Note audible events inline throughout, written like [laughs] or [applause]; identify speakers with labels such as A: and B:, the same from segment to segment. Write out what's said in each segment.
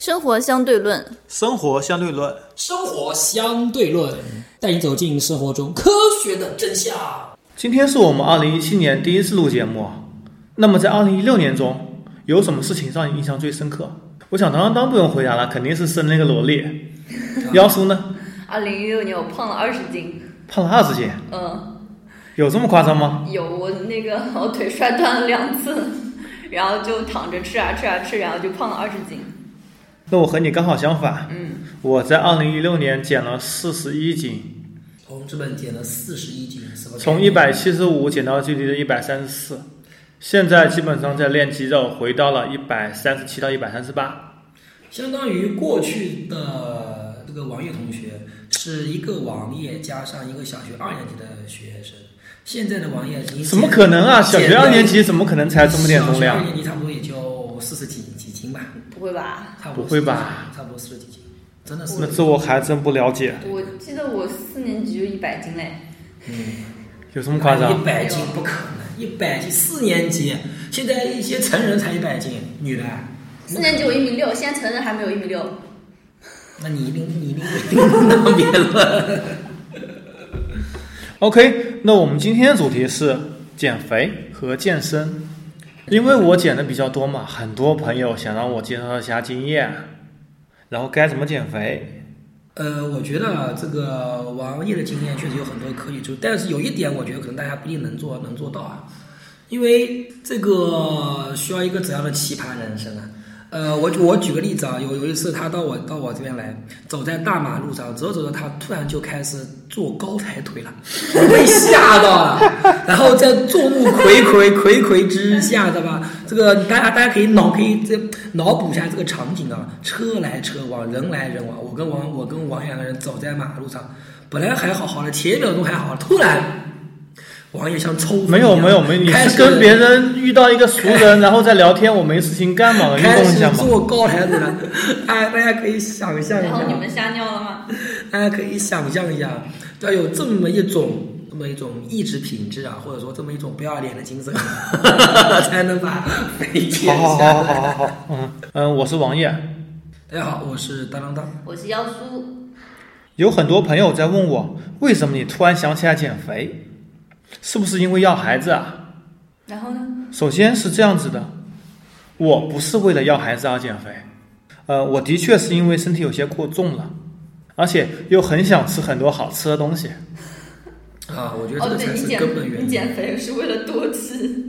A: 生活相对论，
B: 生活相对论，
C: 生活相对论，带你走进生活中科学的真相。
B: 今天是我们二零一七年第一次录节目啊，那么在二零一六年中，有什么事情让你印象最深刻？我想当当当不用回答了，肯定是生那个萝莉。妖叔呢，
D: 二零一六年我胖了二十斤，
B: 胖了二十斤，
D: 嗯，
B: 有这么夸张吗？
D: 有我那个我腿摔断了两次，然后就躺着吃啊吃啊吃，然后就胖了二十斤。
B: 那我和你刚好相反，
D: 嗯，
B: 我在二零一六年减了四十一斤，
C: 同志们减了四十一斤，什么概念
B: 从一百七十五减到距离的一百三十四，现在基本上在练肌肉，回到了一百三十七到一百三十八。
C: 相当于过去的呃这个王烨同学是一个王烨加上一个小学二年级的学生，现在的王烨已经
B: 怎么可能啊？小
C: 减
B: 学
C: 了
B: 二年级怎么可能才这么点重
C: 小学二
B: 量？
C: 年级差不多也就四十几几斤吧，
D: 不会吧？
C: 差不多
B: 不会吧
C: 40几？差不多四十几斤，真的是
B: 那这我还真不了解，
D: 我记得我四年级就一百斤嘞，
B: 有这么夸张？
C: 一百斤不可能，一百斤四年级，现在一些成人才一百斤，女的。
D: 四年级我一米六，现在成人还没有一米六。
C: 那你一定你一定另当别论。
B: OK，那我们今天的主题是减肥和健身，因为我减的比较多嘛，很多朋友想让我介绍一下经验，然后该怎么减肥。
C: [laughs] 呃，我觉得啊这个王毅的经验确实有很多可以做，但是有一点，我觉得可能大家不一定能做能做到啊，因为这个需要一个怎样的奇葩人生啊？呃，我举我举个例子啊，有有一次他到我到我这边来，走在大马路上，走着走着，他突然就开始做高抬腿了，我被吓到了。然后在众目睽睽睽睽之下，对吧？这个大家大家可以脑可以这脑补一下这个场景啊，车来车往，人来人往，我跟王我跟王源两个人走在马路上，本来还好好的，前一秒钟还好，突然王爷像抽风
B: 没
C: 一
B: 有
C: 样
B: 没有没有，你
C: 开
B: 是
C: 始
B: 跟别人遇到一个熟人，然后再聊天，我没事情干啊嘛？运
C: 开
B: 动一
C: 始
B: 下嘛。
C: 做高抬腿了，哎，大家可以想象一
D: 然后你
C: 下，
D: 们吓尿了吗？
C: 大家可以想象一下，要有这么一种。这么一种意志品质啊，或者说这么一种不要脸的精神， [laughs] 才能把肥减
B: 好好
C: 下
B: 好好好
C: 来。
B: 好好，嗯嗯，我是王烨。
C: 大家好，我是当当当。
D: 我是妖叔，
B: 有很多朋友在问我，为什么你突然想起来减肥？是不是因为要孩子啊？
D: 然后呢？
B: 首先是这样子的，我不是为了要孩子而啊减肥，呃，我的确是因为身体有些过重了，而且又很想吃很多好吃的东西。
C: 啊，我觉得这
D: 哦，
C: 个
D: 对
C: 才
D: 你
C: 是
D: 减
C: 根本原
D: 你
C: 因。
D: 减肥是为了多吃，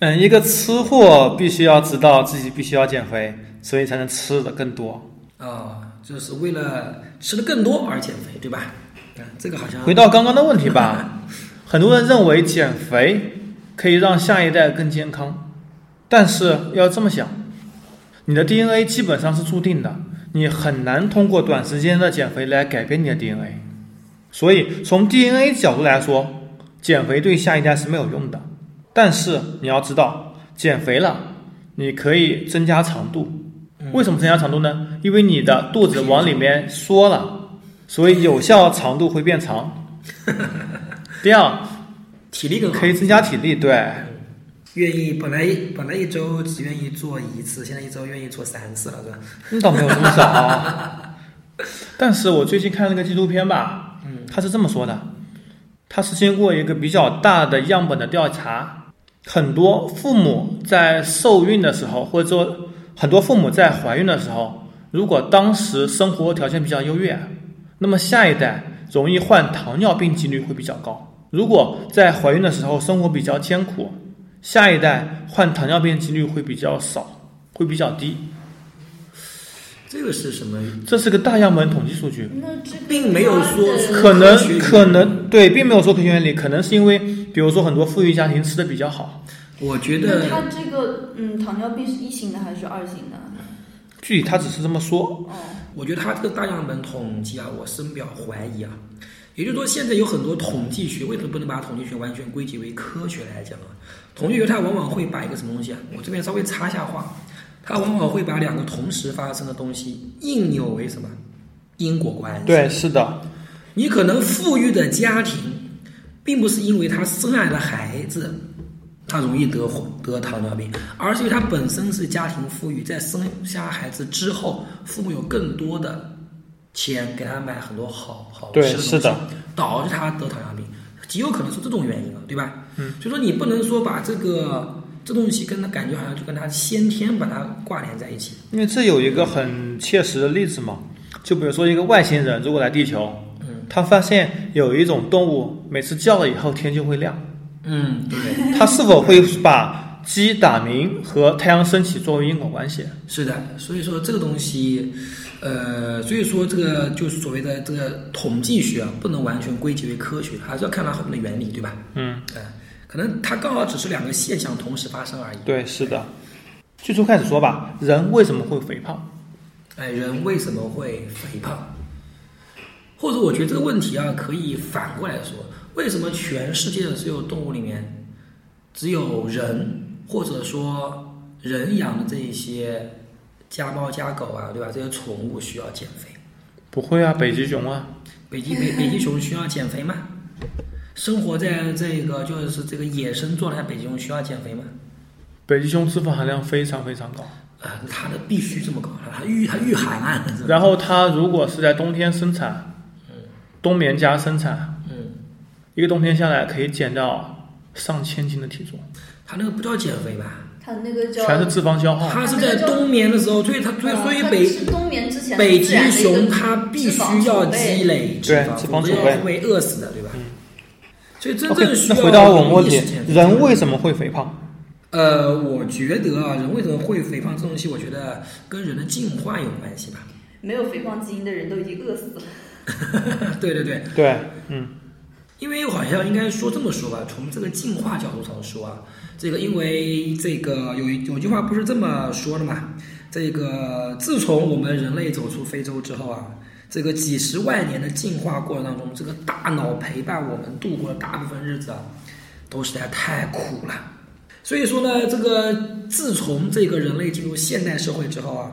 B: 嗯，一个吃货必须要知道自己必须要减肥，所以才能吃的更多。
C: 啊，就是为了吃的更多而减肥，对吧？啊，这个好像
B: 回到刚刚的问题吧，很多人认为减肥可以让下一代更健康，但是要这么想，你的 DNA 基本上是注定的，你很难通过短时间的减肥来改变你的 DNA。所以从 DNA 角度来说，减肥对下一代是没有用的。但是你要知道，减肥了，你可以增加长度。为什么增加长度呢？因为你的肚子往里面缩了，所以有效长度会变长。第二，
C: 体力更好
B: 可。以增加体力，对，
C: 愿意本来本来一周只愿意做一次，现在一周愿意做三次了，是吧？
B: 那 [laughs] 倒没有这么少、啊但是我最近看了个纪录片吧，嗯，他是这么说的，他是经过一个比较大的样本的调查，很多父母在受孕的时候，或者说很多父母在怀孕的时候，如果当时生活条件比较优越，那么下一代容易患糖尿病几率会比较高。如果在怀孕的时候生活比较艰苦，下一代患糖尿病几率会比较少，会比较低。
C: 这个是什么？
B: 这是个大样本统计数据，
D: 那这个
C: 并没有说
D: 妈的
B: 可能
C: 科学原理
B: 可能对，并没有说科学原理，可能是因为比如说很多富裕家庭吃的比较好，
C: 我觉
D: 那
C: 得
D: 他这个嗯，糖尿病是一型的还是二型的？
B: 具体他只是这么说。
D: 哦，
C: 我觉得他这个大样本统计啊，我深表怀疑啊。也就是说，现在有很多统计学，为什么不能把统计学完全归结为科学来讲啊？统计学它往往会把一个什么东西啊，我这边稍微插一下话，它往往会把两个同时发生的东西应有为什么因果关系？
B: 对，是的，
C: 你可能富裕的家庭，并不是因为他生下来的孩子他容易得得糖尿病，而是因为他本身是家庭富裕，在生下孩子之后，父母有更多的钱给他买很多好好
B: 对
C: 哦吃的东西，
B: 是的
C: 导致他得糖尿病，极有可能是这种原因了，对吧？嗯，所以说你不能说把这个这东西跟他感觉好像就跟他先天把它挂连在一起，
B: 因为这有一个很切实的例子嘛，就比如说一个外星人如果来地球，
C: 嗯
B: 他发现有一种动物每次叫了以后天就会亮，
C: 嗯，对不对？
B: 他是否会把鸡打鸣和太阳升起作为因果关系？
C: 是的，所以说这个东西，呃，所以说这个就是所谓的这个统计学啊，不能完全归结为科学，还是要看它后面的原理，对吧？
B: 嗯，
C: 嗯，可能它刚好只是两个现象同时发生而已。
B: 对，是的。最初开始说吧，人为什么会肥胖？
C: 哎，人为什么会肥胖？或者我觉得这个问题啊，可以反过来说，为什么全世界的所有动物里面，只有人或者说人养的这一些家猫家狗啊，对吧？这些宠物需要减肥？
B: 不会啊，北极熊啊，
C: 北极北北极熊需要减肥吗？生活在这个就是这个野生状态，北极熊需要减肥吗？
B: 北极熊脂肪含量非常非常高。
C: 啊、它的必须这么高，它御它御寒啊，是吧
B: 然后它如果是在冬天生产，冬眠加生产，
C: 嗯，
B: 一个冬天下来可以减到上千斤的体重，
C: 它那个不叫减肥吧？
D: 它那个叫
B: 全是脂肪消耗。
C: 它是在冬眠的时候，所以它所以
D: 嗯
C: 所以
D: 它
C: 北
D: 是冬眠之前
C: 北
D: 自
C: 极
D: 然的一
C: 熊
D: 个
C: 它必须要积累脂
B: 对
C: 肪，
B: 脂肪
C: 否则
B: 储备
C: 要会饿死的，对吧？所以
B: 嗯
C: 真
B: OK，
C: 正需
B: 那
C: 要
B: 回到我们问
C: 意
B: 题
C: 识减，肥
B: 人为什么会肥胖？
C: 呃，我觉得啊，人为什么会肥胖这东西，我觉得跟人的进化有关系吧。 [laughs]
D: 没有肥胖基因的人都已经饿死了。
C: 对对对，
B: 对，嗯，
C: 因为好像应该说这么说吧，从这个进化角度上说啊，这个因为这个有一有句话不是这么说的嘛，这个自从我们人类走出非洲之后啊，这个几十万年的进化过程当中，这个大脑陪伴我们度过的大部分日子啊，都实在太苦了。所以说呢，这个自从这个人类进入现代社会之后啊，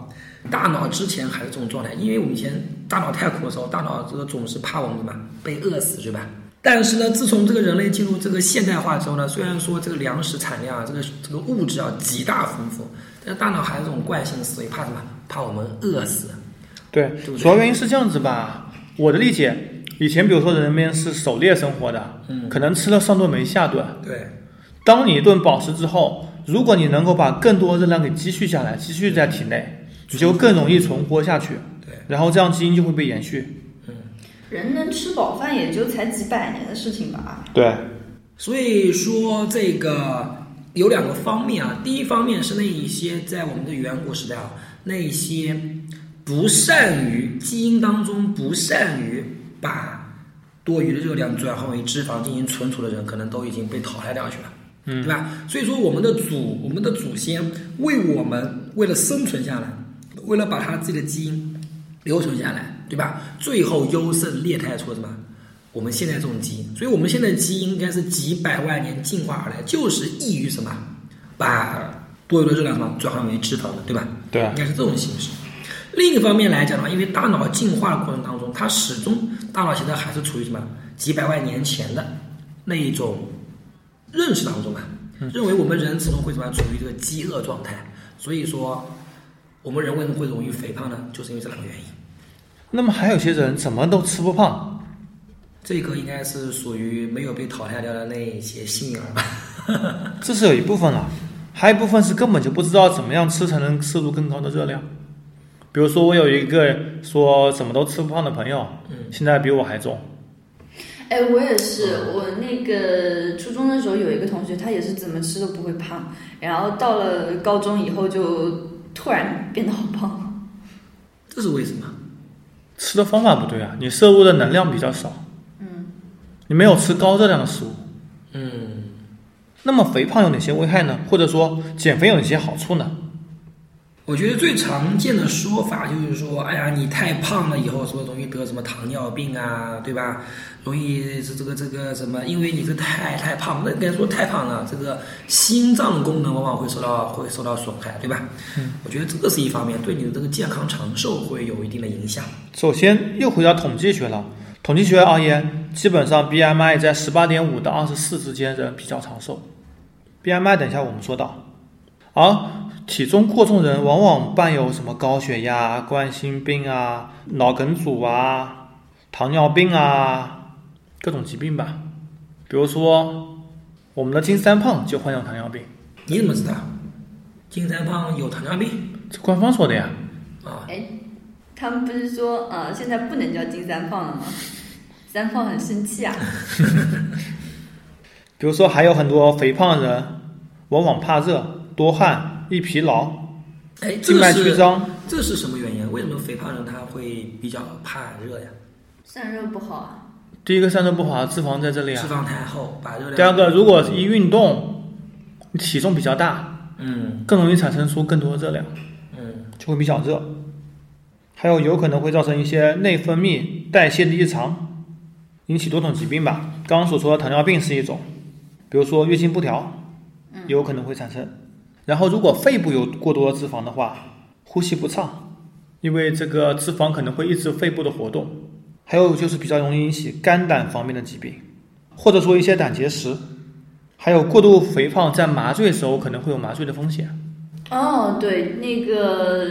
C: 大脑之前还是这种状态，因为我们以前大脑太苦的时候，大脑这个总是怕我们嘛被饿死，对吧？但是呢，自从这个人类进入这个现代化之后呢，虽然说这个粮食产量啊，这个这个物质啊极大丰富，但是大脑还是这种惯性思维，怕什么？怕我们饿死。
B: 对
C: 对不，对
B: 主要原因是这样子吧。我的理解，以前比如说人们是狩猎生活的，
C: 嗯
B: 可能吃了上顿没下顿。
C: 对，
B: 当你一顿饱食之后，如果你能够把更多热量给积蓄下来，积蓄在体内，你就更容易存活下去。
C: 对，
B: 然后这样基因就会被延续。
D: 人能吃饱饭也就才几百年的事情吧。
B: 对，
C: 所以说这个有两个方面啊，第一方面是那一些在我们的远古时代啊，那一些不善于基因当中不善于把多余的热量转化为脂肪进行存储的人，可能都已经被淘汰掉去了。嗯，对吧？所以说，我们的祖，我们的祖先为我们为了生存下来，为了把他自己的基因留存下来，对吧？最后优胜劣汰出了什么？我们现在这种基因，所以我们现在的基因应该是几百万年进化而来，就是易于什么，把多余的热量什么转化为脂肪的，对吧？
B: 对啊
C: 应该是这种形式。另一方面来讲的话，因为大脑进化的过程当中，它始终大脑现在还是处于什么几百万年前的那一种认识当中啊，认为我们人始终会什么处于这个饥饿状态，所以说我们人为什么会容易肥胖呢？就是因为这两个原因。
B: 那么还有些人怎么都吃不胖，
C: 这个应该是属于没有被淘汰掉的那一些幸运儿吧。
B: 这是有一部分了，还有一部分是根本就不知道怎么样吃才能摄入更高的热量。比如说，我有一个说怎么都吃不胖的朋友，
C: 嗯
B: 现在比我还重。
D: 哎，我也是，我那个初中的时候有一个同学，他也是怎么吃都不会胖，然后到了高中以后就突然变得好胖。
C: 这是为什么？
B: 吃的方法不对啊，你摄入的能量比较少，
D: 嗯，
B: 你没有吃高热量的食物。
C: 嗯，
B: 那么肥胖有哪些危害呢？或者说减肥有哪些好处呢？
C: 我觉得最常见的说法就是说，哎呀，你太胖了，以后说容易得什么糖尿病啊，对吧？容易是这个这个什么，因为你这太太胖，那应该说太胖了，这个心脏功能往往会受到会受到损害，对吧？嗯，我觉得这个是一方面，对你的这个健康长寿会有一定的影响。
B: 首先又回到统计学了。统计学而言，基本上 BMI 在十八点五到二十四之间人比较长寿。 BMI 等一下我们说到。而体重过重人往往伴有什么高血压啊、冠心病啊、脑梗阻啊、糖尿病啊，各种疾病吧。比如说，我们的金三胖就患有糖尿病，
C: 你怎么知道金三胖有糖尿病
B: 这官方说的呀。
C: 啊？
D: 哎，他们不是说呃现在不能叫金三胖了吗？三胖很生气啊。 [laughs]
B: 比如说，还有很多肥胖人往往怕热、多汗、易疲劳、
C: 哎，这
B: 静脉曲
C: 是
B: 张，
C: 这是什么原因？为什么肥胖人他会比较怕热呀？
D: 散热不好啊，
B: 第一个散热不好，脂肪在这里
C: 脂
B: 啊。
C: 肪太厚，把热量。
B: 第二个，如果一运动，你体重比较大，
C: 嗯
B: 更容易产生出更多热量，
C: 嗯，
B: 就会比较热。还有有可能会造成一些内分泌代谢的异常，引起多种疾病吧。刚刚所说的糖尿病是一种，比如说月经不调，也有可能会产生。然后如果肺部有过多的脂肪的话，呼吸不畅，因为这个脂肪可能会抑制肺部的活动。还有就是比较容易引起肝胆方面的疾病，或者说一些胆结石，还有过度肥胖在麻醉时候可能会有麻醉的风险。
D: 哦，对，那个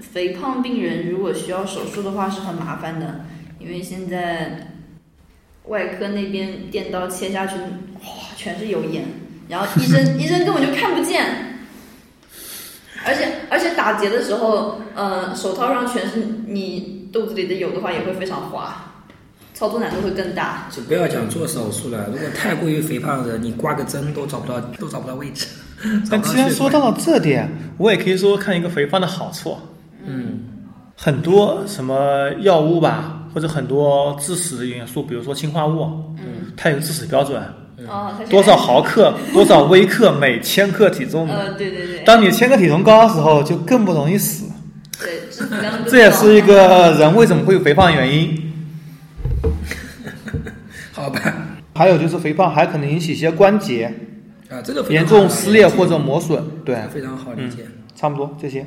D: 肥胖病人如果需要手术的话是很麻烦的，因为现在外科那边电刀切下去，哇，全是油烟，然后
B: [laughs]
D: 医生医生根本就看不见，而且而且打结的时候，呃，手套上全是你肚子里的油的话，也会非常滑，操作难度会更大。
C: 就不要讲做手术了。如果太过于肥胖的人，你挂个针都找不到，都找不到位置。
B: 那
C: [laughs] 找不
B: 既然
C: 穴
B: 说
C: 位，
B: 到了这点，我也可以说看一个肥胖的好处，
C: 嗯
B: 很多什么药物吧，或者很多致死元素，比如说氰化物，
D: 嗯，
B: 它有致死标准，
D: 哦，它
B: 嗯
D: 是
B: 多少？毫克、多少微克每千克体重的。
D: 呃，对对对，
B: 当你千克体重高的时候，就更不容易死。 [laughs]
D: 对，脂肪
C: 呃
D: 量更
B: 这也
D: 高
B: 是一个人为什么会有肥胖的原因。
C: 好吧。
B: 还有就是肥胖还可能引起一些关节
C: 啊，这个非常
B: 严
C: 好
B: 重
C: 理
B: 撕裂
C: 解
B: 或者磨损，对，
C: 非常好理解。
B: 差不多这些。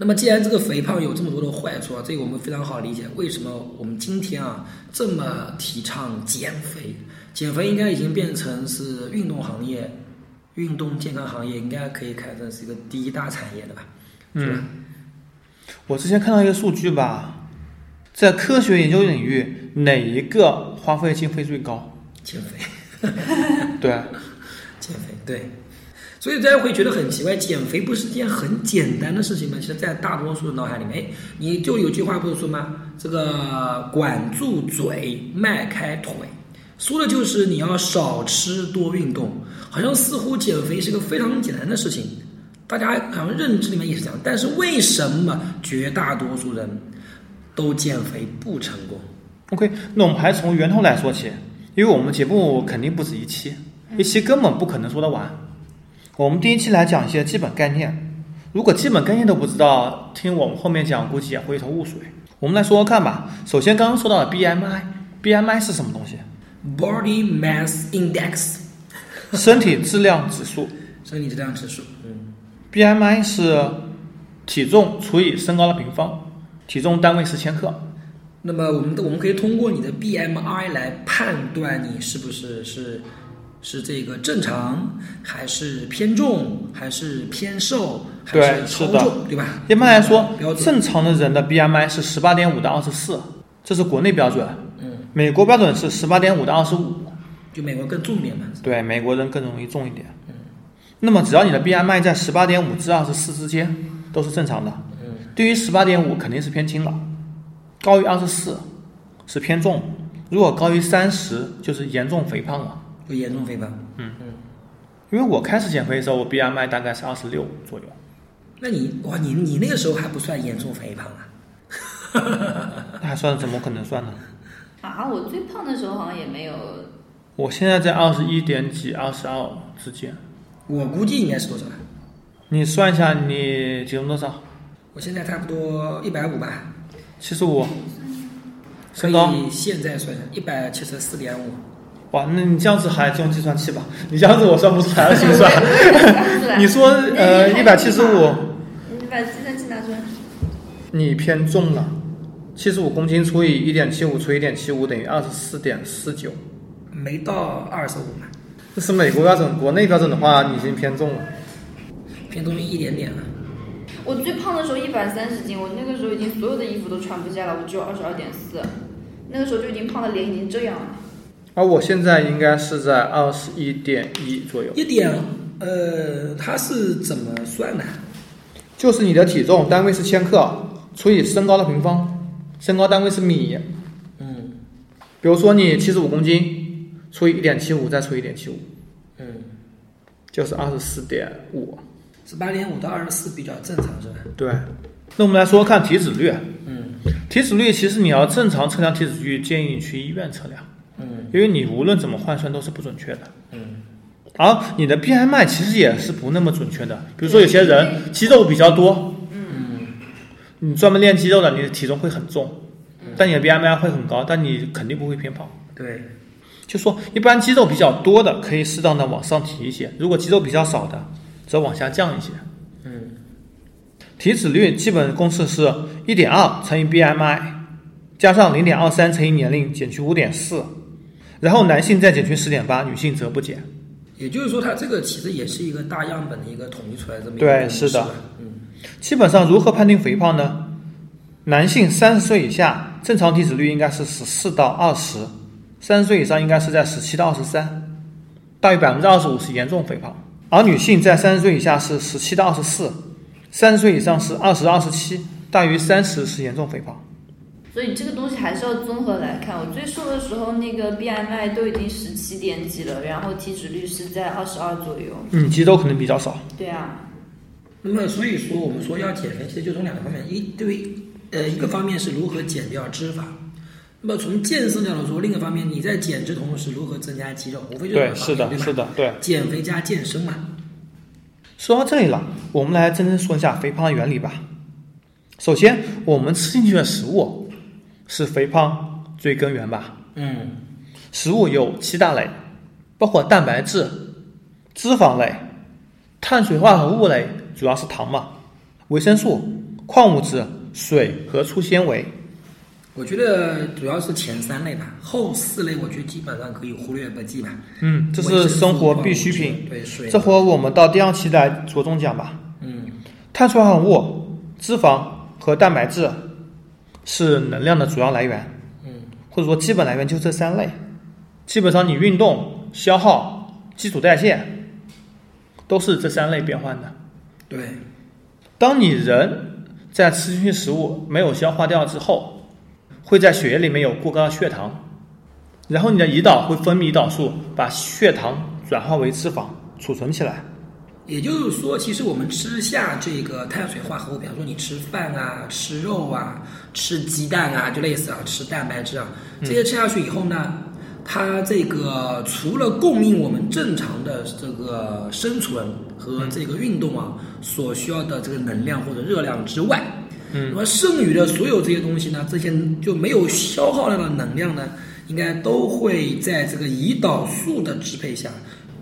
C: 那么，既然这个肥胖有这么多的坏处啊，这个我们非常好理解。为什么我们今天啊这么提倡减肥？减肥应该已经变成是运动行业、运动健康行业应该可以看成是一个第一大产业了吧？是吧，
B: 我之前看到一个数据吧，在科学研究领域，哪一个花费经费最高？ [laughs]
C: 减肥，
B: 对，啊
C: 减肥，对。所以大家会觉得很奇怪，减肥不是件很简单的事情吗？其实，在大多数的脑海里面，哎，你就有句话不是说吗？这个管住嘴，迈开腿，说的就是你要少吃多运动。好像似乎减肥是个非常简单的事情，大家好像认知里面也是这样。但是为什么绝大多数人都减肥不成功？
B: OK，那我们还从源头来说起，因为我们节目肯定不止一期，一期根本不可能说得完。我们第一期来讲一些基本概念，如果基本概念都不知道，听我们后面讲估计也会一头雾水。我们来说说看吧。首先，刚刚说到的 BMI，BMI 是什么东西？
C: Body Mass Index
B: 身体质量指数。
C: 身体质量指数，嗯，
B: BMI 是体重除以身高的平方，体重单位是千克。
C: 那么我们的我们可以通过你的 BMI 来判断你是不是是是这个正常，还是偏重，还是偏瘦，还
B: 对
C: 超
B: 是的
C: 重，对吧？
B: 一般来说
C: 标，准
B: 正常的人的 BMI 是十八点五到二十四，这是国内标准。
C: 嗯，
B: 美国标准是十八点五到二十五，
C: 就美国更重一点嘛。
B: 对，美国人更容易重一点。
C: 嗯
B: 那么只要你的 BMI 在十八点五至二十四之间，都是正常的。
C: 嗯，
B: 低于十八点五肯定是偏轻了，高于二十四是偏重，如果高于三十就是严重肥胖了。
C: 就严重肥胖。
B: 因为我开始减肥的时候，我 BMI 大概是二十六左右。
C: 那你哇，你你那个时候还不算严重肥胖啊？
B: 那还算怎么可能算呢？
D: 啊，我最胖的时候好像也没有，
B: 我现在在二十一点几、二十二之间。
C: 我估计应该是多少啊？
B: 你算一下，你体重多少？
C: 我现在差不多一百五吧。
B: 七十五。身高？
C: 可以现在算一百七十四点五。
B: 哇，那你这样子还用计算器吧？你这样子我算不出 [laughs] 来了，怎么
D: [laughs]
B: 算？你说呃一百七十五，
D: 你把计算器拿出来。
B: 你偏重了，七十五公斤除以一点七五除以一点七五等于二十四点四九。
C: 没到二十五嘛。
B: 这是美国标准，国内标准的话，你已经偏重了。
C: 偏重一点点了。
D: 我最胖的时候一百三十斤，我那个时候已经所有的衣服都穿不下了，我只有二十二点四，那个时候就已经胖的脸已经这样了。
B: 而我现在应该是在二十一点一左右，
C: 一点，呃，它是怎么算的？
B: 就是你的体重单位是千克除以身高的平方，身高单位是米。
C: 嗯
B: 比如说你七十五公斤，除以一点七五，再除以一点七五，
C: 嗯，
B: 就是二十四点五。
C: 十八点五到二十四比较正常是吧？
B: 对，那我们来说看体脂率。
C: 嗯
B: 体脂率其实你要正常测量体脂率，建议你去医院测量，
C: 嗯
B: 因为你无论怎么换算都是不准确的。
C: 嗯
B: 而你的 BMI 其实也是不那么准确的，比如说有些人肌肉比较多，
C: 嗯
B: 你专门练肌肉的，你的体重会很重，但你的 BMI 会很高，但你肯定不会偏胖。
C: 对，
B: 就说一般肌肉比较多的可以适当的往上提一些，如果肌肉比较少的，则往下降一些。
C: 嗯
B: 体脂率基本公式是一点二乘以 BMI，加上零点二三乘以年龄减去五点四，然后男性再减去十点八，女性则不减。
C: 也就是说它这个其实也是一个大样本的一个统计出来这么一个
B: 对
C: 东西
B: 是的
C: 吧，嗯
B: 基本上如何判定肥胖呢？男性三十岁以下正常体脂率应该是十四到二十，三十岁以上应该是在十七到二十三，大于百分之二十五是严重肥胖，而女性在三十岁以下是十七到二十四，三十岁以上是二十二十七，大于三十是严重肥胖。
D: 所以这个东西还是要综合来看。我最瘦的时候那个 BMI 都已经十七点几了，然后体脂率是在二十二左右。
B: 嗯，肌肉可能比较少。
D: 对啊，
C: 那么所以说我们说要减肥，其实就从两个方面，一对于呃一个方面是如何减掉脂肪，那么从健身角度说，另一个方面你在减脂同时如何增加肌肉，无非就两
B: 对，
C: 个
B: 是
C: 方面
B: 的，是
C: 对吧？
B: 的，对。
C: 减肥加健身嘛，
B: 说到这里了，我们来真正说一下肥胖的原理吧。首先，我们吃进去的食物是肥胖最根源吧？
C: 嗯
B: 食物有七大类，包括蛋白质、脂肪类、碳水化合物类，主要是糖嘛，维生素、矿物质、水和粗纤维。
C: 我觉得主要是前三类吧，后四类我觉得基本上可以忽略不计吧。
B: 嗯，这
C: 维
B: 是
C: 生素
B: 生活必需品。，
C: 矿物质对水，
B: 这会儿我们到第二期来着重讲吧。
C: 嗯
B: 碳水化合物、脂肪和蛋白质是能量的主要来源，
C: 嗯
B: 或者说基本来源就这三类。基本上你运动、消耗、基础代谢都是这三类变换的。
C: 对，
B: 当你人在吃进去食物没有消化掉之后，会在血液里面有过高的血糖，然后你的胰岛会分泌胰岛素，把血糖转化为脂肪储存起来。
C: 也就是说，其实我们吃下这个碳水化合物，比方说你吃饭啊、吃肉啊、吃鸡蛋啊，就类似啊，吃蛋白质啊，这些吃下去以后呢，它这个除了供应我们正常的这个生存和这个运动啊所需要的这个能量或者热量之外，
B: 嗯
C: 那么剩余的所有这些东西呢，这些就没有消耗掉的能量呢，应该都会在这个胰岛素的支配下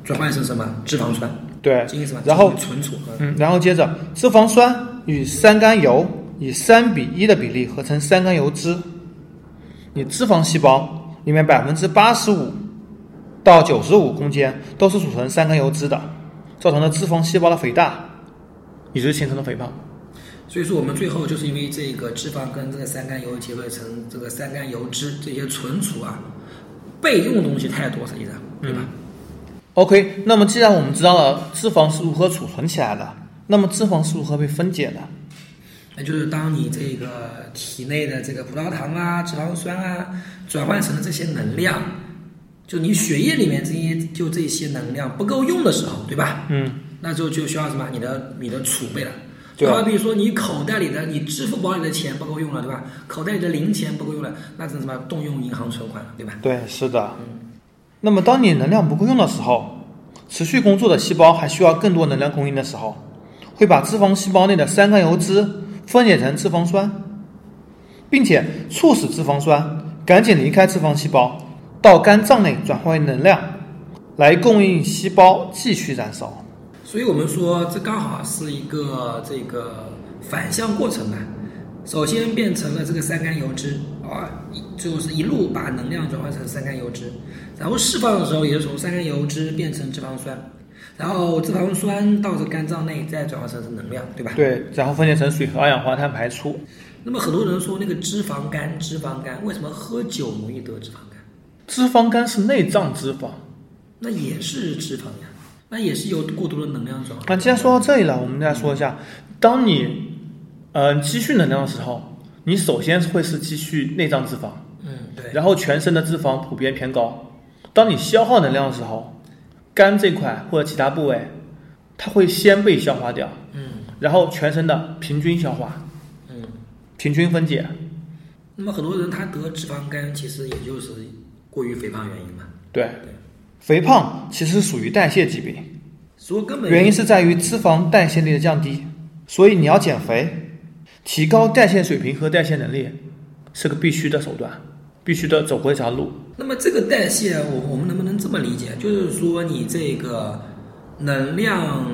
C: 转换成什么脂肪酸。
B: 对
C: 这个意思吧，
B: 然后
C: 这个存储啊，
B: 嗯，然后接着，脂肪酸与三甘油以三比一的比例合成三甘油脂。你脂肪细胞里面百分之八十五到九十五空间都是组成三甘油脂的，造成了脂肪细胞的肥大，也就是形成了肥胖。
C: 所以说我们最后就是因为这个脂肪跟这个三甘油结合成这个三甘油脂这些存储啊，备用的东西太多，实际上，对
B: 嗯
C: 吧？
B: OK，那么既然我们知道了脂肪是如何储存起来的，那么脂肪是如何被分解的？
C: 那就是当你这个体内的这个葡萄糖啊、脂肪酸啊转换成了这些能量，就你血液里面这些就这些能量不够用的时候，对吧？
B: 嗯，
C: 那就就需要什么？你的你的储备了。
B: 对啊
C: 就好比说你口袋里的你支付宝里的钱不够用了，对吧？口袋里的零钱不够用了，那只能什么动用银行存款了，对吧？
B: 对，是的。那么当你能量不够用的时候，持续工作的细胞还需要更多能量供应的时候，会把脂肪细胞内的三甘油脂分解成脂肪酸，并且促使脂肪酸赶紧离开脂肪细胞，到肝脏内转化为能量，来供应细胞继续燃烧。
C: 所以我们说这刚好是一个这个反向过程吧。首先变成了这个三甘油脂啊，一就是一路把能量转化成三甘油脂，然后释放的时候也是从三甘油脂变成脂肪酸，然后脂肪酸到这肝脏内再转化成是能量，对吧？
B: 对，然后分解成水和二氧化碳排出。
C: 那么很多人说那个脂肪肝，脂肪肝为什么喝酒容易得脂肪肝？
B: 脂肪肝是内脏脂肪。
C: 那也是脂肪呀，那也是有过多的能量转化。
B: 那既然说到这里了，我们再说一下，当你嗯、呃积蓄能量的时候，你首先会是积蓄内脏脂肪，
C: 嗯，对，
B: 然后全身的脂肪普遍偏高。当你消耗能量的时候，肝这块或者其他部位，它会先被消化掉，
C: 嗯
B: 然后全身的平均消化、
C: 嗯。
B: 平均分解。
C: 那么很多人他得脂肪肝，其实也就是过于肥胖原因嘛。
B: 对，肥胖其实属于代谢疾病。
C: 所以根本
B: 原因是在于脂肪代谢力的降低，所以你要减肥，提高代谢水平和代谢能力是个必须的手段，必须的走回这条路。
C: 那么这个代谢，啊我我们能不能这么理解？就是说你这个能量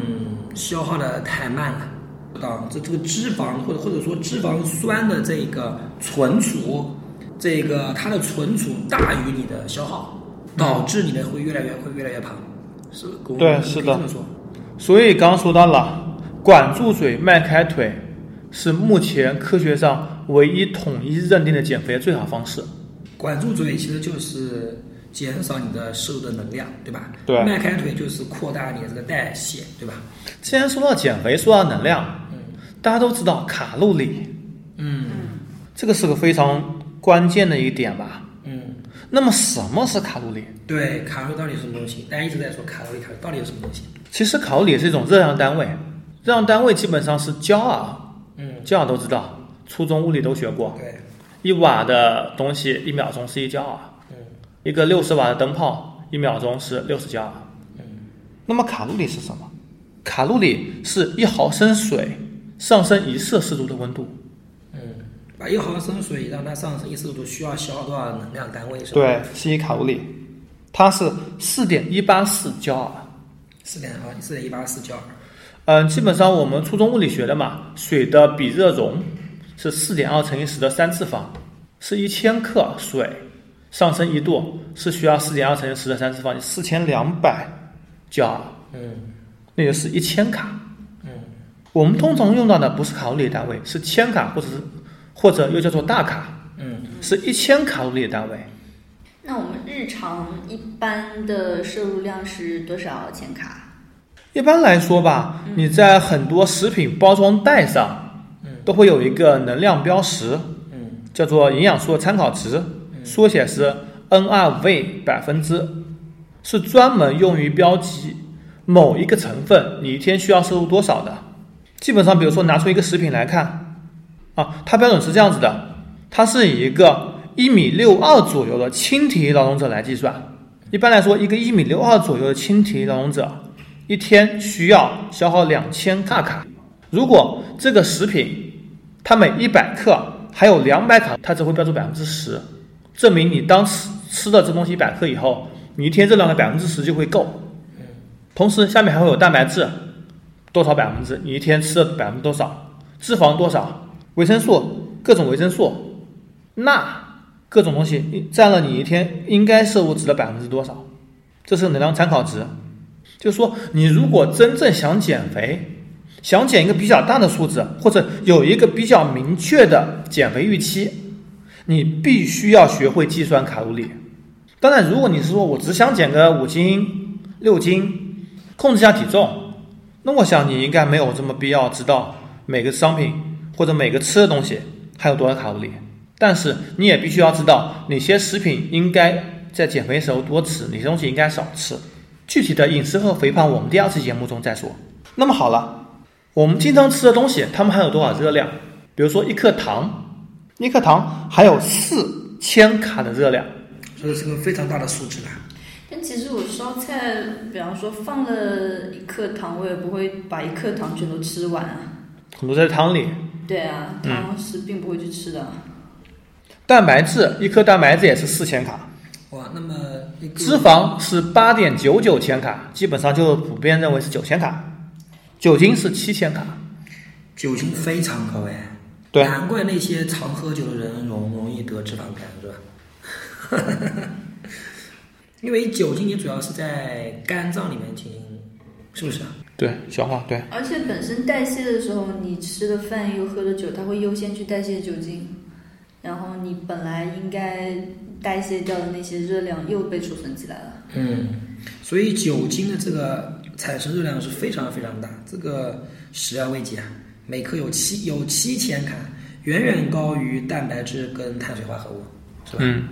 C: 消耗的太慢了，啊，这这个脂肪或者或者说脂肪酸的这个存储，这个它的存储大于你的消耗，导致你的会越来越会越来越胖，是我们
B: 对
C: 可以
B: 是的
C: 这么说，
B: 所以刚刚说到了，管住嘴，迈开腿，是目前科学上唯一统一认定的减肥最好方式。
C: 管住嘴其实就是减少你的摄入的能量，对吧？
B: 对
C: 迈开腿就是扩大你的这个代谢，对吧？
B: 既然说到减肥，说到能量，大家都知道卡路里，
C: 嗯
B: 这个是个非常关键的一点吧。
C: 嗯。
B: 那么什么是卡路里？
C: 对，卡路里到底是什么东西？大家一直在说卡路里，卡路里到底有什么东西？
B: 其实卡路里是一种热量单位，热量单位基本上是焦耳，
C: 嗯，
B: 焦耳都知道，初中物理都学过。
C: 对，
B: 一瓦的东西一秒钟是一焦耳，
C: 嗯
B: 一个六十瓦的灯泡一秒钟是六十焦耳。
C: 嗯
B: 那么卡路里是什么？卡路里是一毫升水上升一摄氏度的温度。
C: 嗯，把一毫升水让它上升一摄氏度，需要消耗多少能量单位？是吧？
B: 对，是一卡路里，它是四点一八四啊焦耳。
C: 四点啊，四点一八四焦耳。
B: 嗯，基本上我们初中物理学的嘛，水的比热容是四点二乘以十的三次方，是一千克水上升一度是需要四点二乘以十的三次方，四千两百焦耳，
C: 嗯
B: 那就是一千卡。
C: 嗯
B: 我们通常用到的不是卡路里单位，是千卡或者是或者又叫做大卡，
C: 嗯
B: 是一千卡路里的单位。
D: 那我们日常一般的摄入量是多少千卡？
B: 一般来说吧，你在很多食品包装袋上
C: 嗯
B: 都会有一个能量标识，
C: 嗯
B: 叫做营养素参考值，缩写是 NRV 百分之，是专门用于标记某一个成分你一天需要摄入多少的。基本上，比如说拿出一个食品来看，啊，它标准是这样子的，它是以一个一米六二左右的轻体力劳动者来计算。一般来说，一个一米六二左右的轻体力劳动者，一天需要消耗两千大卡。如果这个食品它每一百克还有两百卡，它只会标注百分之十，证明你当吃吃了这东西一百克以后，你一天热量的百分之十就会够。同时下面还会有蛋白质多少百分之，你一天吃了百分之多少，脂肪多少，维生素各种维生素，钠各种东西占了你一天应该摄入值的百分之多少，这是能量参考值。就是说，你如果真正想减肥，想减一个比较大的数字，或者有一个比较明确的减肥预期，你必须要学会计算卡路里。当然，如果你是说我只想减个五斤、六斤，控制一下体重，那我想你应该没有这么必要知道每个商品或者每个吃的东西含有多少卡路里。但是你也必须要知道哪些食品应该在减肥时候多吃，哪些东西应该少吃。具体的饮食和肥胖，我们第二期节目中再说。那么好了。我们经常吃的东西，它们含有多少热量？比如说一克糖，一克糖含有四千卡的热量。
C: 所以是个非常大的数值啦。
D: 但其实我烧菜，比方说放了一克糖，我也不会把一克糖全都吃完啊。
B: 很多在汤里。
D: 对啊，糖是并不会去吃的。啊
B: 蛋白质，一克蛋白质也是四千卡，
C: 哇，那么一个
B: 脂肪是八点九九千卡，基本上就普遍认为是九千卡，酒精是七千卡。
C: 酒精非常高哎，
B: 对
C: 难怪那些常喝酒的人容容易得脂肪肝，是吧？ [laughs] 因为酒精你主要是在肝脏里面进行，是不是啊？
B: 对，消化对，
D: 而且本身代谢的时候，你吃的饭又喝的酒，它会优先去代谢酒精，然后你本来应该代谢掉的那些热量又被储存起来了。
C: 嗯，所以酒精的这个产生热量是非常非常大，这个始料未及啊，每克有七有七千卡，远远高于蛋白质跟碳水化合物，是吧？
B: 嗯，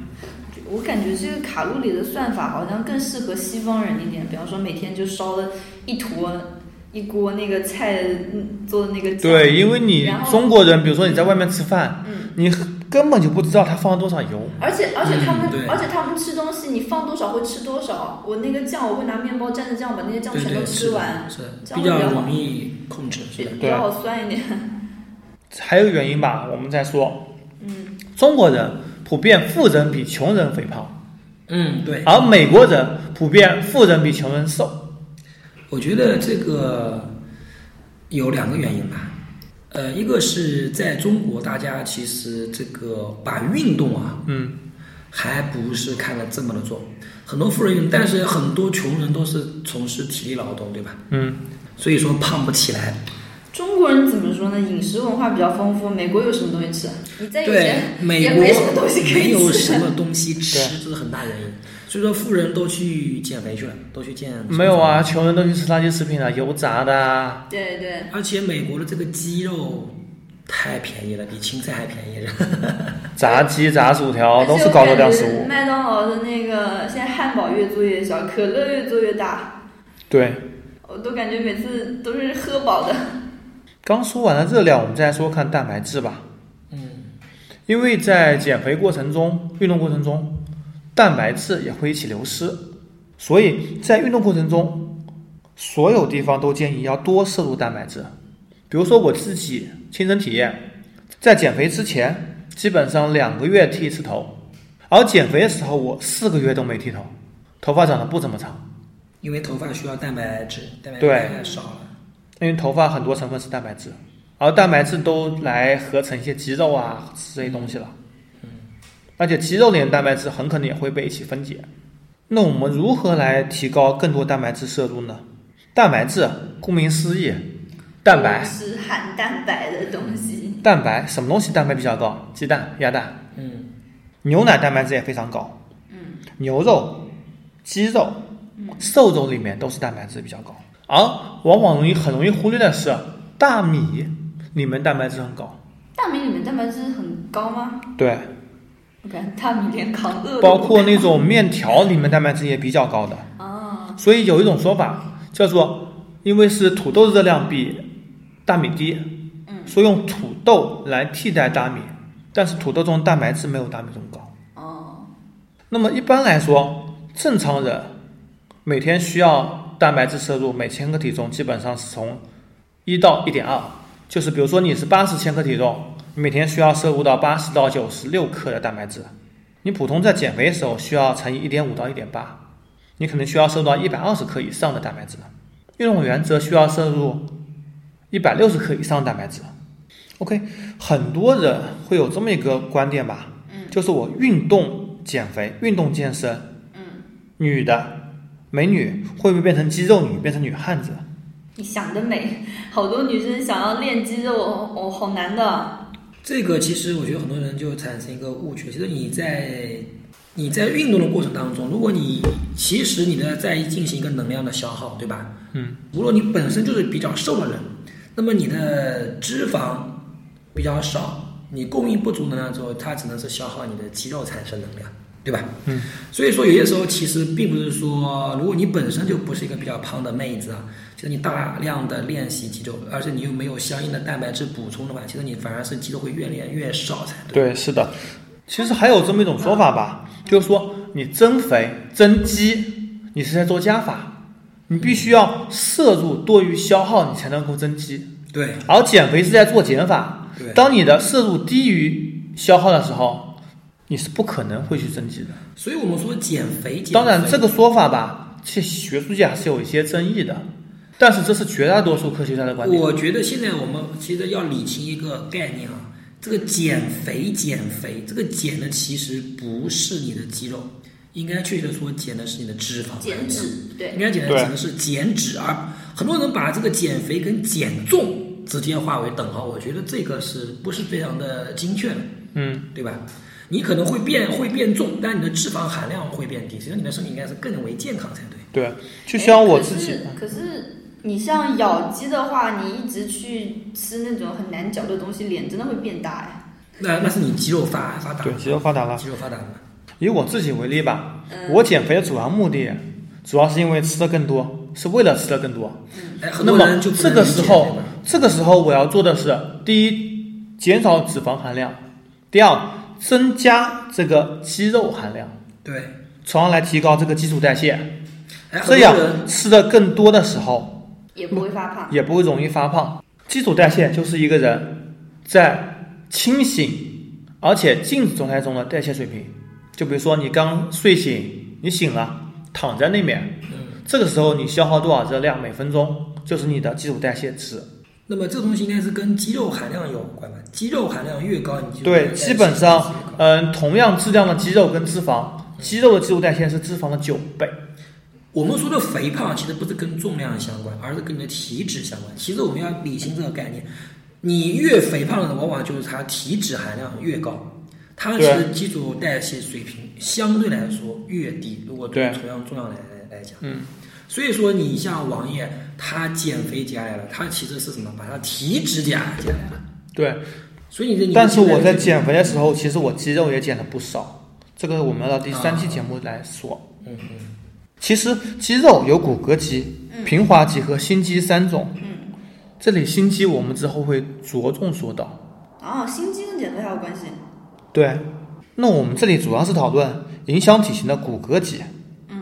D: 我感觉这个卡路里的算法好像更适合西方人一点，比方说每天就烧了一坨一锅那个菜嗯做的那个酱
B: 对，因为你
D: 然后
B: 中国人，比如说你在外面吃饭，
D: 嗯，
B: 你根本就不知道他放了多少油，
D: 而且而且他们、
C: 嗯对
D: 而且他们吃东西，你放多少会吃多少。我那个酱，我会拿面包蘸着酱把那些酱
C: 对
D: 全都
C: 对，
D: 吃
C: 是
D: 完
C: 的，，是的
D: 这样
C: 比
D: 会比
C: 较
D: 较好
C: 容易控制，是
D: 比
C: 吧？
D: 比较好酸一点。
B: 还有原因吧，我们再说，
D: 嗯，
B: 中国人普遍富人比穷人肥胖，
C: 嗯，对。
B: 而美国人普遍富人比穷人瘦，
C: 我觉得这个有两个原因吧，呃，一个是在中国，大家其实这个把运动啊，
B: 嗯，
C: 还不是看得这么的重，很多富人运动，但是很多穷人都是从事体力劳动，对吧？
B: 嗯，
C: 所以说胖不起来。
D: 中国人怎么说呢？饮食文化比较丰富，美国有什么东西吃？啊你在以
C: 对
D: 前，
C: 美
D: 也
C: 国
D: 没什么东西可
C: 没
D: 以
C: 有
D: 吃
C: 什。么东西吃，
B: 对
C: 这是很大原因。所以说富人都去减肥去了，都
B: [laughs]
C: 去健。
B: 没有啊，。穷人都去吃垃圾食品了，油炸的啊，
D: 对对，
C: 而且美国的这个鸡肉太便宜了，比青菜还便宜。
B: 炸鸡、炸薯条
D: 而
B: 都
D: 且
B: 是
D: 我
B: 高
D: 感
B: 热
D: 觉
B: 量食物，
D: 麦当劳的那个现在汉堡越做越小，可乐越做越大，
B: 对。
D: 我都感觉每次都是喝饱的。
B: 刚说完了热量，我们再来说看蛋白质吧。
C: 嗯，
B: 因为在减肥过程中、运动过程中，蛋白质也会一起流失，所以在运动过程中，所有地方都建议要多摄入蛋白质。比如说我自己亲身体验，在减肥之前，基本上两个月剃一次头，而减肥的时候我四个月都没剃头，头发长得不怎么长，
C: 因为头发需要蛋白质，蛋白质
B: 对
C: 太少了。
B: 因为头发很多成分是蛋白质，而蛋白质都来合成一些肌肉啊这些东西了。而且肌肉里的蛋白质很可能也会被一起分解。那我们如何来提高更多蛋白质摄入呢？蛋白质，顾名思义， [laughs] 蛋白，
D: 是含蛋白的东西。
B: 蛋白什么东西蛋白比较高？鸡蛋、鸭蛋、
C: 嗯，
B: 牛奶蛋白质也非常高。
D: 嗯，
B: 牛肉、鸡肉、瘦肉里面都是蛋白质比较高，而往往容易很容易忽略的是大米里面蛋白质很高。
D: 大米里面蛋白质很高吗？
B: 对，
D: 我感觉大米连扛饿都不
B: 包括
D: 敢
B: 那种面条里面蛋白质也比较高的。
D: 啊，
B: 所以有一种说法叫做，因为是土豆热量比大米低，
D: 嗯
B: 所以用土豆来替代大米，但是土豆中蛋白质没有大米中高。
D: 哦，
B: 那么一般来说，正常人每天需要蛋白质摄入每千克体重基本上是从一到一点二，就是比如说你是八十千克体重，你每天需要摄入到八十到九十六克的蛋白质。你普通在减肥的时候需要乘以一点五到一点八，你可能需要摄入到一百二十克以上的蛋白质。运动员则需要摄入一百六十克以上的蛋白质。OK，很多人会有这么一个观点吧，就是我运动减肥、运动健身，女的美女会不会变成肌肉女，变成女汉子？
D: 你想得美，好多女生想要练肌肉，哦，好难的。
C: 这个其实我觉得很多人就产生一个误区，其实你在你在运动的过程当中，如果你其实你的在进行一个能量的消耗，对吧？
B: 嗯，
C: 如果你本身就是比较瘦的人，那么你的脂肪比较少，你供应不足能量之后，它只能是消耗你的肌肉产生能量，对吧？
B: 嗯，
C: 所以说有些时候其实并不是说，如果你本身就不是一个比较胖的妹子啊，其实你大量的练习肌肉，而且你又没有相应的蛋白质补充的话，其实你反而是肌肉会越练越少才对。嗯
B: 对，是的。其实还有这么一种说法吧，就是说你增肥增肌，你是在做加法，你必须要摄入多于消耗，你才能够增肌。
C: 对
B: 而减肥是在做减法，
C: 对
B: 当你的摄入低于消耗的时候，你是不可能会去增肌的。
C: 所以我们说减肥，减肥
B: 当然，这个说法吧，其实学术界还是有一些争议的，但是这是绝大多数科学家的观点。
C: 我觉得现在我们其实要理清一个概念啊，这个减肥减肥，这个减呢其实不是你的肌肉，应该确切的说减的是你的脂肪含量
D: 减脂，对
C: 应，该简单讲的是减脂啊。很多人把这个减肥跟减重直接划为等号，我觉得这个是不是非常的精确的，
B: 嗯，
C: 对吧？你可能会变会变重，但你的脂肪含量会变低，所以你的身体应该是更为健康才对。
B: 对，就像我自己，
D: 哎可是可是你像咬鸡的话，你一直去吃那种很难嚼的东西，脸真的会变大哎。
C: 那那是你肌肉发发达，
B: 对，肌肉发达了。
C: 肌肉发达了。
B: 以我自己为例吧，我减肥的主要目的，主要是因为吃的更多，是为了吃的更多。
C: 哎，很
B: 那
C: 多
B: 么
C: 人就不
B: 这
C: 能
B: 个
C: 理
B: 时
C: 解
B: 候
C: 对吧，
B: 这个时候我要做的是：第一，减少脂肪含量；第二，增加这个肌肉含量，
C: 对，
B: 从而来提高这个基础代谢。
C: 哎，
B: 这
C: 很
B: 样
C: 多人
B: 吃的更多的时候，
D: 也不会发胖。
B: 也不会容易发胖。基础代谢就是一个人在清醒而且静止状态中的代谢水平。就比如说你刚睡醒，你醒了，躺在那面，这个时候你消耗多少热量每分钟，就是你的基础代谢值。
C: 那么这个东西应该是跟肌肉含量有关吧？肌肉含量越高，你就
B: 对，基本上，
C: 呃，
B: 嗯，同样质量的肌肉跟脂肪，肌肉的基础代谢是脂肪的九倍。
C: 我们说的肥胖其实不是跟重量相关，而是跟你的体脂相关。其实我们要理清这个概念，你越肥胖的人，往往就是他体脂含量越高，他其实基础代谢水平相对来说越低。如果对
B: 对
C: 同样重量来来来讲，
B: 嗯，
C: 所以说你像王爷，他减肥减下来了，他其实是什么？把他体脂减下来了。
B: 对，
C: 所以你的你的
B: 但是
C: 基本
B: 我在
C: 体
B: 减肥的时候，其实我肌肉也减了不少。这个我们要到第三期节目来说。
C: 嗯嗯，
B: 其实肌肉有骨骼肌、平滑肌和心肌三种。这里心肌我们之后会着重说到。
D: 哦，心肌跟减肥还有关系。
B: 对，那我们这里主要是讨论影响体型的骨骼肌。
D: 嗯，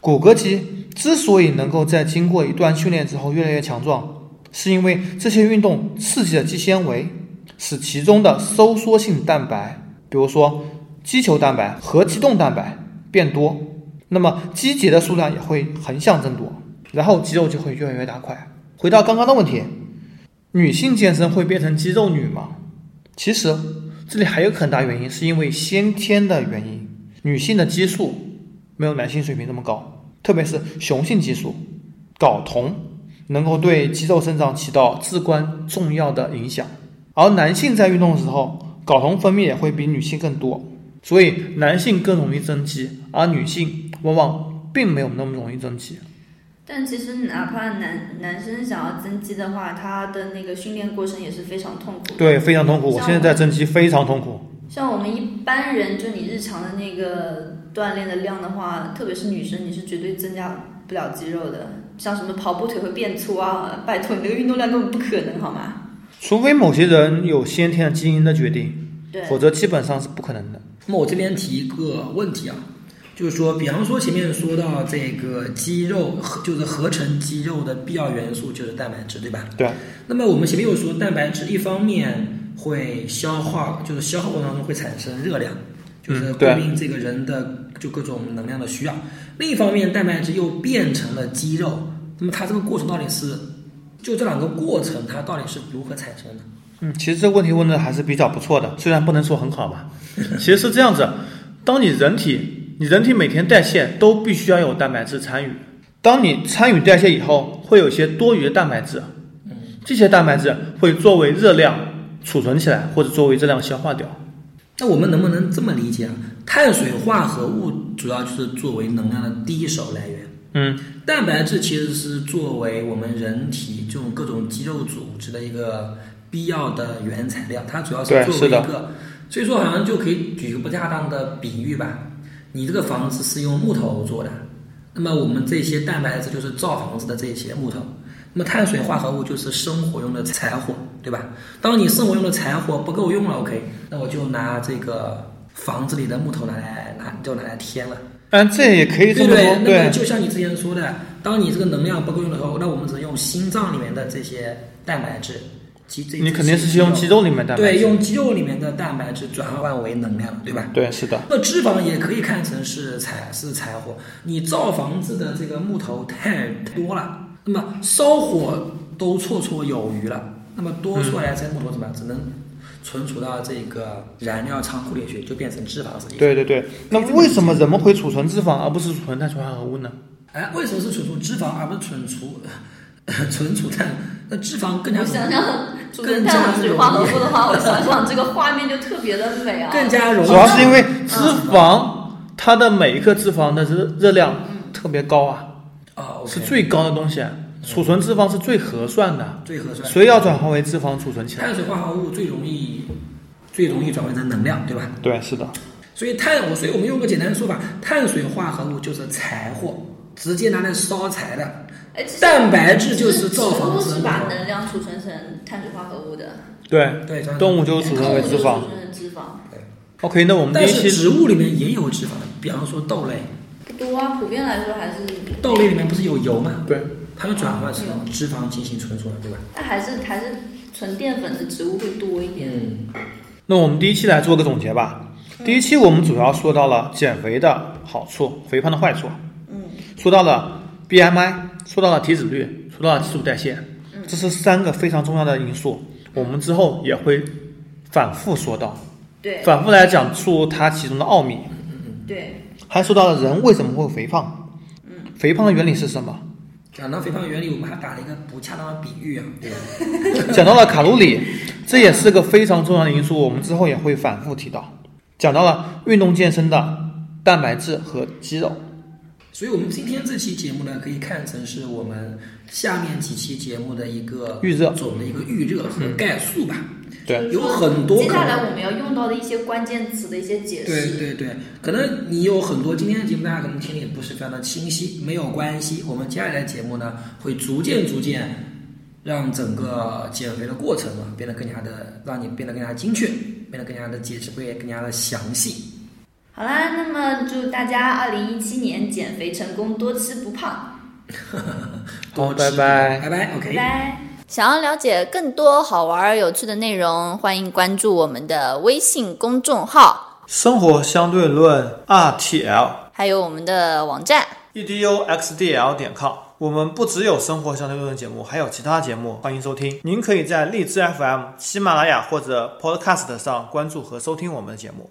B: 骨骼肌之所以能够在经过一段训练之后越来越强壮，是因为这些运动刺激了肌纤维，使其中的收缩性蛋白，比如说肌球蛋白和肌动蛋白变多，那么肌节的数量也会横向增多，然后肌肉就会越来越大块。回到刚刚的问题，女性健身会变成肌肉女吗？其实这里还有很大原因，是因为先天的原因，女性的激素没有男性水平那么高，特别是雄性激素睾酮能够对肌肉生长起到至关重要的影响。而男性在运动的时候，睾酮分泌也会比女性更多，所以男性更容易增肌，而女性往往并没有那么容易增肌。
D: 但其实哪怕男男生想要增肌的话，他的那个训练过程也是非常痛苦的。
B: 对，非常痛苦。我现在在增肌非常痛苦。
D: 像我们一般人，就你日常的那个锻炼的量的话，特别是女生，你是绝对增加不了肌肉的。像什么跑步腿会变粗啊，拜托你那个运动量根本不可能，好吗？
B: 除非某些人有先天的基因的决定，
D: 对，
B: 否则基本上是不可能的。
C: 那么我这边提一个问题啊，就是说，比方说前面说到这个肌肉合，就是合成肌肉的必要元素就是蛋白质，对吧？
B: 对，啊
C: 那么我们前面又说，蛋白质一方面会消化，就是消耗过程当中会产生热量，就是
B: 嗯
C: 规
B: 对
C: 定这个人的就各种能量的需要。另一方面，蛋白质又变成了肌肉，那么它这个过程到底是，就这两个过程，它到底是如何产生的？
B: 嗯，其实这个问题问的还是比较不错的，虽然不能说很好
C: [laughs]
B: 吧。其实是这样子，当你人体，你人体每天代谢都必须要有蛋白质参与。当你参与代谢以后，会有一些多余的蛋白质，
C: 嗯
B: 这些蛋白质会作为热量储存起来，或者作为热量消化掉。
C: 那我们能不能这么理解啊？碳水化合物主要就是作为能量的第一手来源，
B: 嗯，
C: 蛋白质其实是作为我们人体这种各种肌肉组织的一个必要的原材料，它主要是
B: 对
C: 作为
B: 是
C: 一
B: 的
C: 个，所以说好像就可以举一个不恰当的比喻吧，你这个房子是用木头做的，那么我们这些蛋白质就是造房子的这些木头。那么碳水化合物就是生活用的柴火，对吧？当你生活用的柴火不够用了，OK，那我就拿这个房子里的木头拿来拿就拿来添了。
B: 但这也可以这
C: 对
B: 么
C: 对，
B: 说，
C: 那么
B: 对
C: 就像你之前说的，当你这个能量不够用的时候，那我们只能用心脏里面的这些蛋白质，肌这
B: 你肯定是用肌肉里面的蛋白
C: 对，
B: 质。
C: 用肌肉里面的蛋白质转换为能量，对吧？
B: 对，是的，
C: 那脂肪也可以看成是柴是柴火，你造房子的这个木头太多了，那么
B: 嗯
C: 烧火都绰绰有余了，那么多出来这些木头怎么样？只能存储到这个燃料仓库里去，就变成脂肪是一。
B: 对对对，那为什么人们会储存脂肪而不是储存碳水化合物呢？
C: 哎，为什么是存储脂肪而不是存 [laughs] 储存储碳？那脂肪更加
D: 我想想，储存碳水化合物的话，我想想这个画面就特别的美啊。
C: 更加容易。
B: 主要是因为脂肪，它的每一克脂肪的热热量特别高啊，
C: 啊，
B: 是最高的东西，啊储存脂肪是最合算的，
C: 最合算。
B: 所以要转化为脂肪储存起来。
C: 碳水化合物最容易最容易转换成能量，对吧？
B: 对，是的，
C: 所以碳，我所以我们用个简单的说法，碳水化合物就是柴火，直接拿来烧柴的。
D: 哎，其实
C: 蛋白质就是
D: 植
C: 造
D: 物
C: 房
D: 是
C: 子
D: 把能量储存成碳水化合物的，
B: 对，
C: 对，
B: 动
C: 物。
B: 物就储存为嗯脂肪
D: 储。存成脂肪
B: OK，那我们第
C: 但
B: 一
C: 是
B: 期
C: 植物里面也有脂肪，比方说豆类，
D: 不多啊，普遍来说还是
C: 豆类里面不是有油吗？
B: 对
C: 它就转化成脂肪进行存储了，对吧？
D: 但还是还是纯淀粉的植物会多一点。
C: 嗯，
B: 那我们第一期来做个总结吧。第一期我们主要说到了减肥的好处、肥胖的坏处，啊
D: 嗯，
B: 说到了 BMI，说到了体脂率，说到了基础代谢，这是三个非常重要的因素。我们之后也会反复说到，
D: 对
B: 反复来讲述它其中的奥秘。
D: 对，
B: 还说到了人为什么会肥胖，嗯，肥胖的原理是什么？
C: 讲到肥胖原理，我们还打了一个不恰当的比喻啊，对吧？
B: 讲到了卡路里，这也是个非常重要的因素，我们之后也会反复提到。讲到了运动健身的蛋白质和肌肉，
C: 所以，我们今天这期节目呢，可以看成是我们下面几期节目的一个
B: 预热嗯
C: 总的一个预热和概述吧。
B: 对
D: 就是
C: 有
D: 说
C: 很多
D: 接
C: 可
D: 下
C: 能
D: 来我们要用到的一些关键词的一些解
C: 对
D: 释。
C: 对对，可能你有很多今天的节目，大家可能听的也不是非常的清晰，没有关系。我们接下来的节目呢，会逐渐逐渐让整个减肥的过程啊，变得更加的，让你变得更加精确，变得更加的解释会更加的详细。
D: 好啦，那么祝大家二零一七年减肥成功，多吃不胖。
B: 好
C: 多吃
B: 拜拜
C: 拜拜，OK。
D: 拜。想要了解更多好玩儿有趣的内容，欢迎关注我们的微信公众号，
B: 生活相对论 RTL
D: 还有我们的网站。
B: eduxdl 点 com。我们不只有生活相对论节目，还有其他节目，欢迎收听。您可以在荔枝 FM、喜马拉雅或者 Podcast 上关注和收听我们的节目。